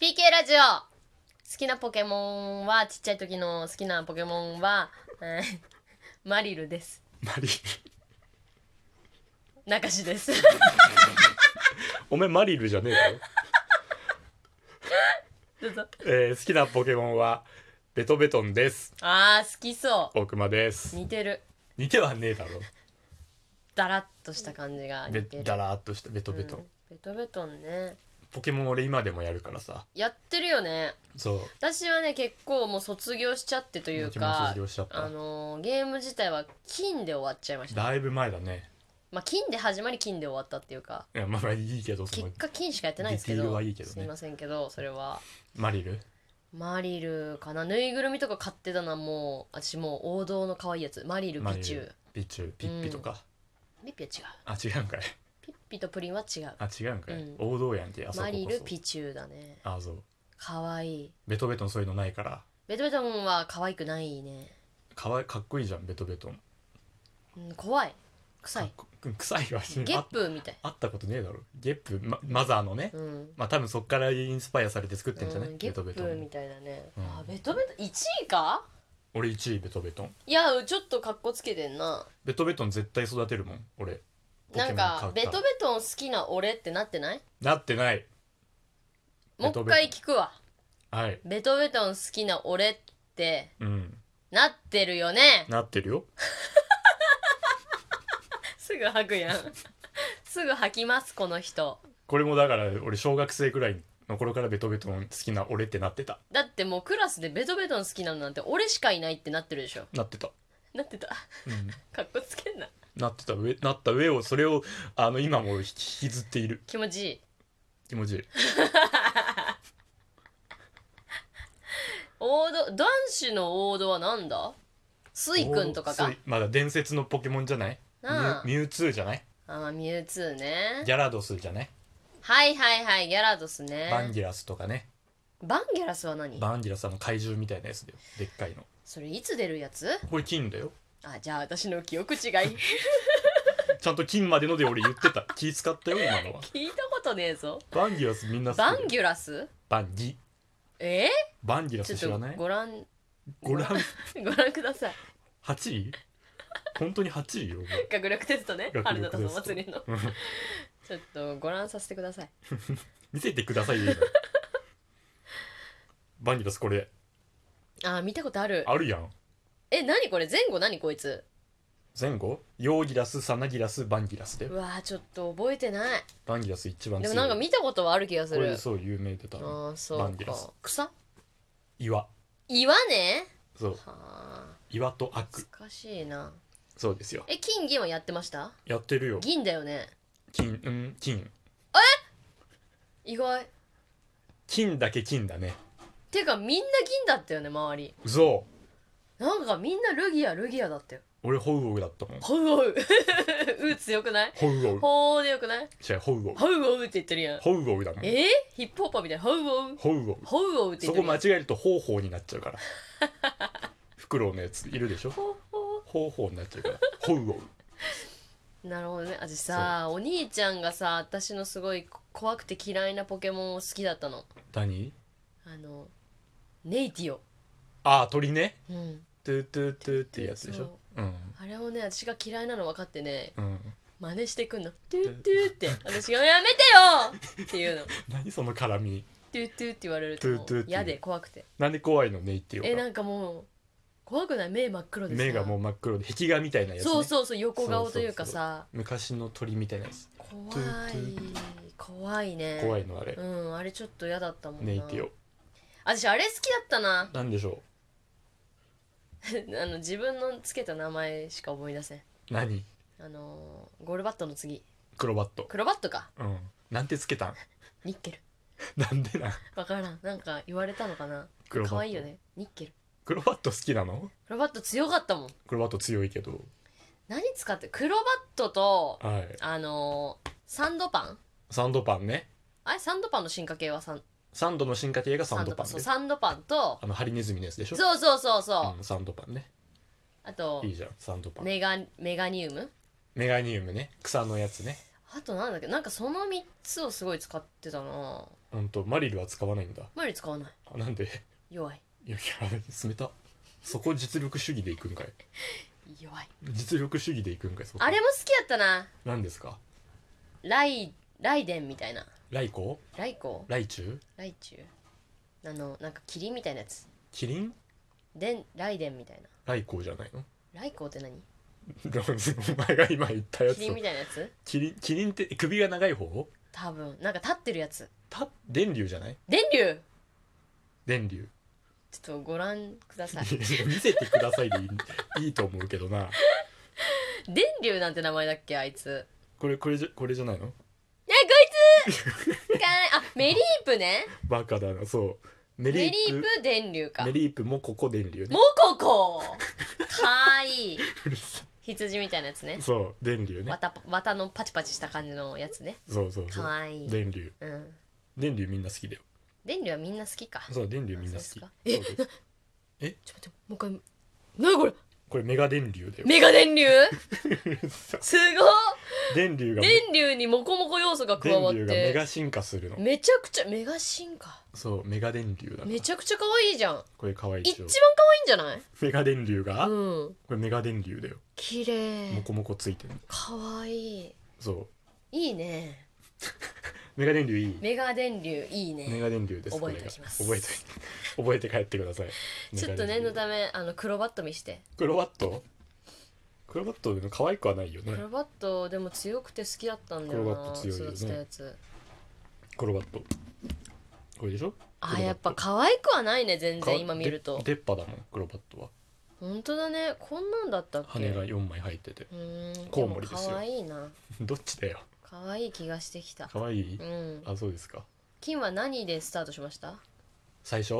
PK ラジオ好きなポケモンはちっちゃい時の好きなポケモンは、えーマリルですマリ 中志ですお前マリルじゃねえだどろ、うぞえー好きなポケモンはベトベトンですあー好きそ大熊でうす似てる似てはねえだろだらっとした感じがべ似てるだらーっとしたベトベトン、うんベトベトンねポケモン俺今でもやるからさやってるよねそう私はね結構もう卒業しちゃってという僕もか卒業しちゃったあのーゲーム自体は金で終わっちゃいましただいぶ前だねまあ金で始まり金で終わったっていうかいやまあまあいいけどそ結の果金しかやってないんですけディテーどルはいいけどねすいませんけどそれはマリルマリルかなぬいぐるみとか買ってたなもう私もう王道の可愛いやつマリルマピリチュルウピチュウピッピとか、ピッピは違うあ違うんかいピッピとプリンは違うあ違うんかい、うん王道やんけあそここそマリルピチュウだねあそう可愛いベトベトンそういうのないからベトベトンは可愛くないね、かわいかっこいいじゃんベトベトンうん、怖い臭いかっこ臭いわしゲップみたいあったことねえだろゲップママザーのね、うんまあ多分そっからインスパイアされて作ってんじゃない、うんゲベットベトプみンたいなね、うんあベトベトン1位か俺1位ベトベトンいやちょっとかっこつけてんなベトベトン絶対育てるもん俺ポケモンなんかベ買うトベトン好きな俺ってなってないなってないもベうト一ベトン回聞くわはいベトベトン好きな俺ってうんなってるよねなってるよすぐ吐くやん すぐ吐きますこの人これもだから俺小学生くらいの頃からベトベトン好きな俺ってなってただってもうクラスでベトベトン好きなのなんて俺しかいないってなってるでしょなってたなってた うんかっこつけんななってた上なった上をそれをあの今も引き引きずっている気持ちいい気持ちいい王道男子の王道はなんだスイくんとかおかースイまだ伝説のポケモンじゃないミなュあミュウツーじゃないあーミュウツーねギャラドスじゃないはいはいはいギャラドスねバンギラスとかねバンギャラスは何バンギラスあの怪獣みたいなやつだよでっかいのそれいつ出るやつこれ金だよあじゃあ私の記憶 違いちゃんと金までので俺言ってた気使ったよ今のは聞いたことねえぞバンギラスみんな好きだバよンギュラスバンギえバンギラー、スち知ょらっとないご覧ご覧ご覧ください8位本当に8位よお 前学力テストね学力春の田のテスト祭りのちょっとご覧させてください見せてくださいよ今バンギラスこれあー見たことあるあるやんえ何これ前後何こいつ前後ヨーギラスサナギラスバンギラスでうわーちょっと覚えてないバンギラス一番でも強いなんか見たことはある気がすこれるでそう有名でたあのーそバうンギラスか草岩岩ねそうは岩とあ悪難しいなそうですよえ金銀はやってましたやってるよ銀だよね金うん金意外金だけ金だねてかみんな銀だったよね周り嘘なんかみんなルギアルギアだったよ俺ホウオウだったもんホウオウう強くない ホウオウほうでよくない違うホウオウホウオウって言ってるやんホウオウだもんえー、ヒップホッパーみたいなホウオウホウオウホウオウってそ言っこてるやん間違えるとホウホウになっちゃうから フクロウのやついるでしょほうほホウホウになっちゃ うからホウオウうなるほどね私さお兄ちゃんがさ私のすごい怖くて嫌いなポケモンを好きだったの何あのネイティオ、ああ鳥ねうん、トゥトゥトゥってやつでしょうんあれをね私が嫌いなの分かってねうん真似してくんのトゥットゥ って私が「やめてよ!」って言うの何その絡みトゥットゥって言われるともうトゥトゥって嫌で怖くてなんで怖いのネイティえオがなんかもう怖くない目真っ黒でさ目がもう真っ黒で壁画みたいなやつねそうそうそう横顔というかさ昔の鳥みたいなやつそうそう怖いトゥ怖いね怖いのあれうんあれちょっと嫌だったもんなネイティオ私あれ好きだったななんでしょ あの自分のつけた名前しか思い出せんう何あのーゴールバットの次クロバットクロバットかうんなんてつけたん ニッケルなんでなんわからんなんか言われたのかなクロバット可愛いよねニッケルクロバット好きなのクロバット強かったもんクロバット強いけど何使ってクロバットとはいあのーサンドパンサンドパンねあれサンドパンの進化系はサンサンドの進化系がサンドパンそうですサンドパンとあのハリネズミのやつでしょそうそうそうそう、うん、サンドパンねあといいじゃんサンドパンメガメガニウムメガニウムね草のやつねあとなんだっけなんかその3つをすごい使ってたなほんとマリルは使わないんだマリル使わないあなんで 弱いいやいや冷たそこ実力主義でいくんかい弱い実力主義でいくんかいそこあれも好きやったな何ですかライライデンみたいなライコライコライチュウライチュウあのなんかキリンみたいなやつキリンでんライデンみたいライコじゃないの なライコって何お前が今言ったやつキリンみたいなやつキリンキリンって首が長い方多分なんか立ってるやつた電流じゃない電流電流ちょっとご覧くだ さい見せてくださいでいいいいと思うけどな電流なんて名前だっけあいつこれこれじゃこれじゃないのえ こいつかわいいあメリープねバカだなそうメリメーリプープ電流かメリープもここ電流ねモココかわいいうるさ羊みたいなやつね そう電流ね綿綿のパチパチした感じのやつねそうそうかそうわいい、電流うん、電流みんな好きだよ電流はみんな好きかちょっそう電流みんな好あきそうですそうですと待ってもう一回なにこれこれメガ電流だよメガ電流うるさすごい電流が電流にモコモコ要素が加わ電っ流がメてガ進化するのめちゃくちゃメガ進化そうメガ電流だなめちゃくちゃ可愛いじゃんこれ可愛いで一し番ょ可愛いんじゃないメガ電流がうんこれメガ電流だよ綺麗モコモコついてる可愛いそういいねメガ電流いいメガ電流いいねメガ電流です覚えてこれがおきます覚えて覚えて帰 ってくださいちょっと念メガ電流のためあのクロバット見してクロバットクロバットでも可愛くはないよねクロバットでも強くて好きだったんだよクなロバット強いよね育てたやつクロバットこれでしょクロバッあトやっぱ可愛くはないね全か然今見るとで出っ歯だもんクロバットは本当だねこんなんだったっけ羽が4枚入ってて うーんコウモリですよも可愛いなどっちだよ可愛い気がしてきた可愛いうんあそうですか金は何でスタートしました最初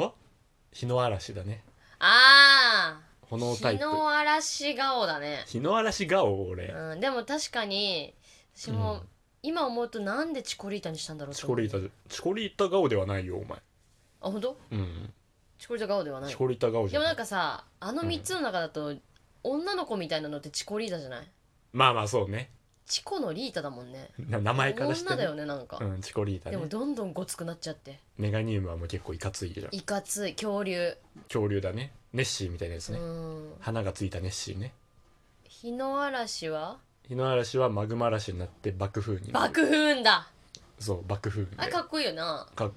日の嵐だねあ炎ターイ日プの嵐顔だね、日の嵐顔俺うん、でも確かに私も、うん今思うとなんでチコリータにしたんだろうチとコ思うリータじゃチコリータ顔ではないよお前あ本当うんチコリータ顔ではないチコリータ顔じでゃもなないんかさあの3つの中だと、女の子みたいなのってチコリータじゃないまあまあそうねチコのリータだもんねな名前からして女だよねねなんか、うんチコリータでもねどんどんごつくなっちゃってメガニウムはもう結構いかついじゃんいかつい恐竜恐竜だねネッシーみたいなやつうねん花がついたネッシーね日の嵐は日の嵐はマグマ嵐になって爆風に爆風だそう爆風雲あでれかっこいいよなかっ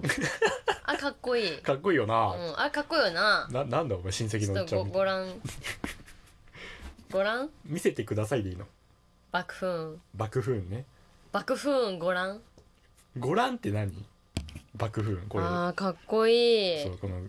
あれかっこいい、うん、かっこいいよな、あれかっこいいよなななんだお前親ち戚のょおっっちゃとんごみたいご覧ご覧見せてくださいでいいの爆風雲爆風雲ね爆風雲ご覧ご覧って何爆風雲これあーかっこいいそうこの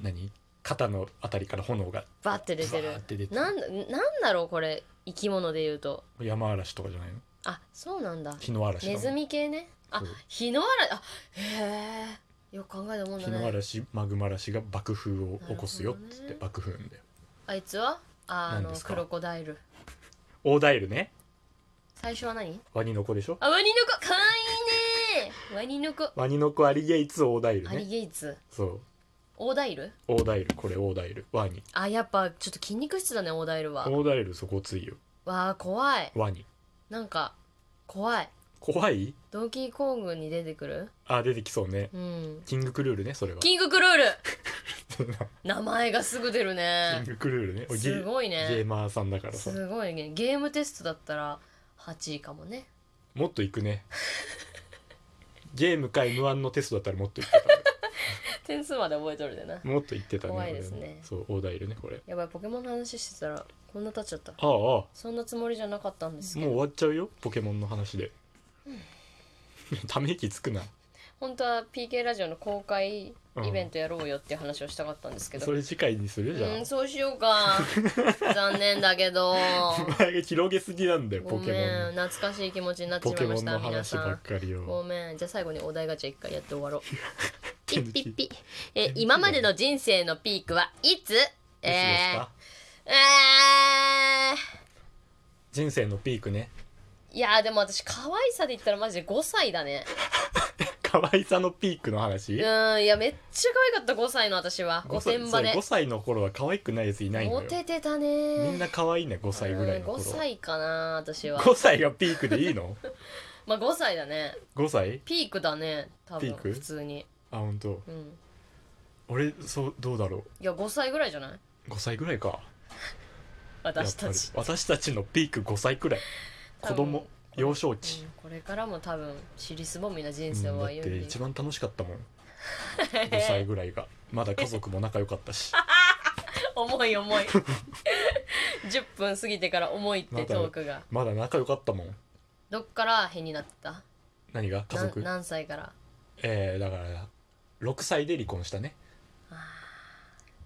何肩のあたりから炎がバッて出てブワーって出るてるなんだなんだろうこれ生き物で言うと山嵐とかじゃないのあそうなんだ日の嵐だネもんズミ系ねあそう日の嵐あへえよく考えたもんだ日のね嵐マグマ嵐が爆風を起こすよっなるつっほどてね爆風雲だよあいつはああ何のですかクロコダイルオーダイルね最初は何ワニの子でしょあワニの子かわいいねワニの子ワニの子アリゲイツオーダイルアリねゲイツそうオーダイルオーダイルこれオーダイルワニあやっぱちょっと筋肉質だねオーダイルはオーダイルそこついよわあ怖いワニなんか怖い怖いドンキーコングに出てくるあ出てきそうねうんキングクルールねそれは キキングクルール名前がすぐ出るねングクルールねおゲすごいゲーねマーさんだからさすごいねゲームテストだったら8位かもねもっといくね ゲームか M1 のテストだったらもっといってたね点数まで覚えとるでなもっといってたね怖いですねそうオーダイルねこれやばいポケモンの話してたらこんな経っちゃったああああもそんなつもりじゃなかったんですうけど終わっちゃうよポケモンの話で ため息つくな本当は PK ラジオの公開イベントやろうよっていう話をしたかったんですけど、それ次回にするじゃん、うんそうしよう か残念だけどお前が広げすぎなんだよごポケモめんン懐かしい気持ちになってしポまケいまモしンたの皆話さばっんかりごよめんじゃあ最後にお題ガチャ一回やって終わ ろうピ手ッ抜ピきッ ピえ今までの人生のピークはいついつですえかー、え人生のピークね ー、いやーでも私可愛さで言ったらマジで5歳だね可愛さのピークの話うんいやめっちゃ可愛かった5歳の私は5お歳てんばでそう5歳の頃は可愛くないやついないのモよテてたねみんな可愛いね5歳ぐらいの頃 5歳かな私は5歳がピークでいいの まあ5歳だね5歳ピークだね多分ピーク普通にあ本当。うん俺そうどうだろいや5歳ぐらいじゃないう5歳ぐらいか私たちやっぱり私たちのピーク5歳くらい子供幼少う期、んこれからも多分尻すぼみな人うん生だをっ歩んでてい一く、番楽しかっ たもん5歳ぐらいがまだ家族も仲良かっ たし重い重い 10分過ぎてから重いってトークがまだ仲良かったもんどっから変になった何が家族な何歳からえー、だから6歳で離婚したね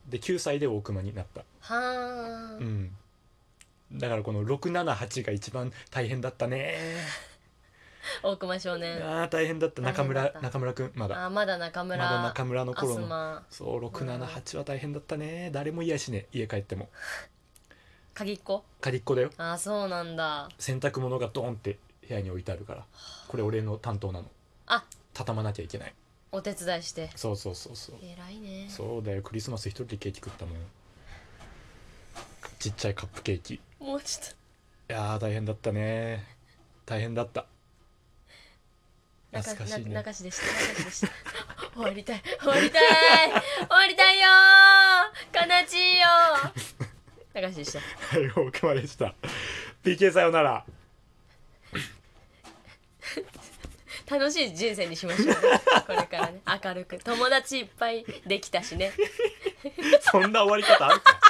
で9歳で大熊になったはあ、うんだからこの678が一番大変だったね大熊少年あー大変だった中大村変だった中村くんまだあまだ中ま村だ中村の頃アスのマそう678は大変だったね誰もいやしね家帰っても鍵っ子借りっ子だよあそうなんだ洗濯物がドーンって部屋に置いてあるからこれ俺の担当なのあ畳まなきゃいけないお手伝いしてそうそうそうそう偉いねそうだよクリスマス一人でケーキ食ったもんちっちゃいカップケーキいもうちょっやー大変だったね大変だった と中懐かしいなね中しでした中しでした終わりたい終わりたい終わりたいよー悲しいよー中しでしたはい大熊でした PK さよなら 楽しい人生にしましょうねこれからね明るく友達いっぱいできたしねそんな終わり方あるか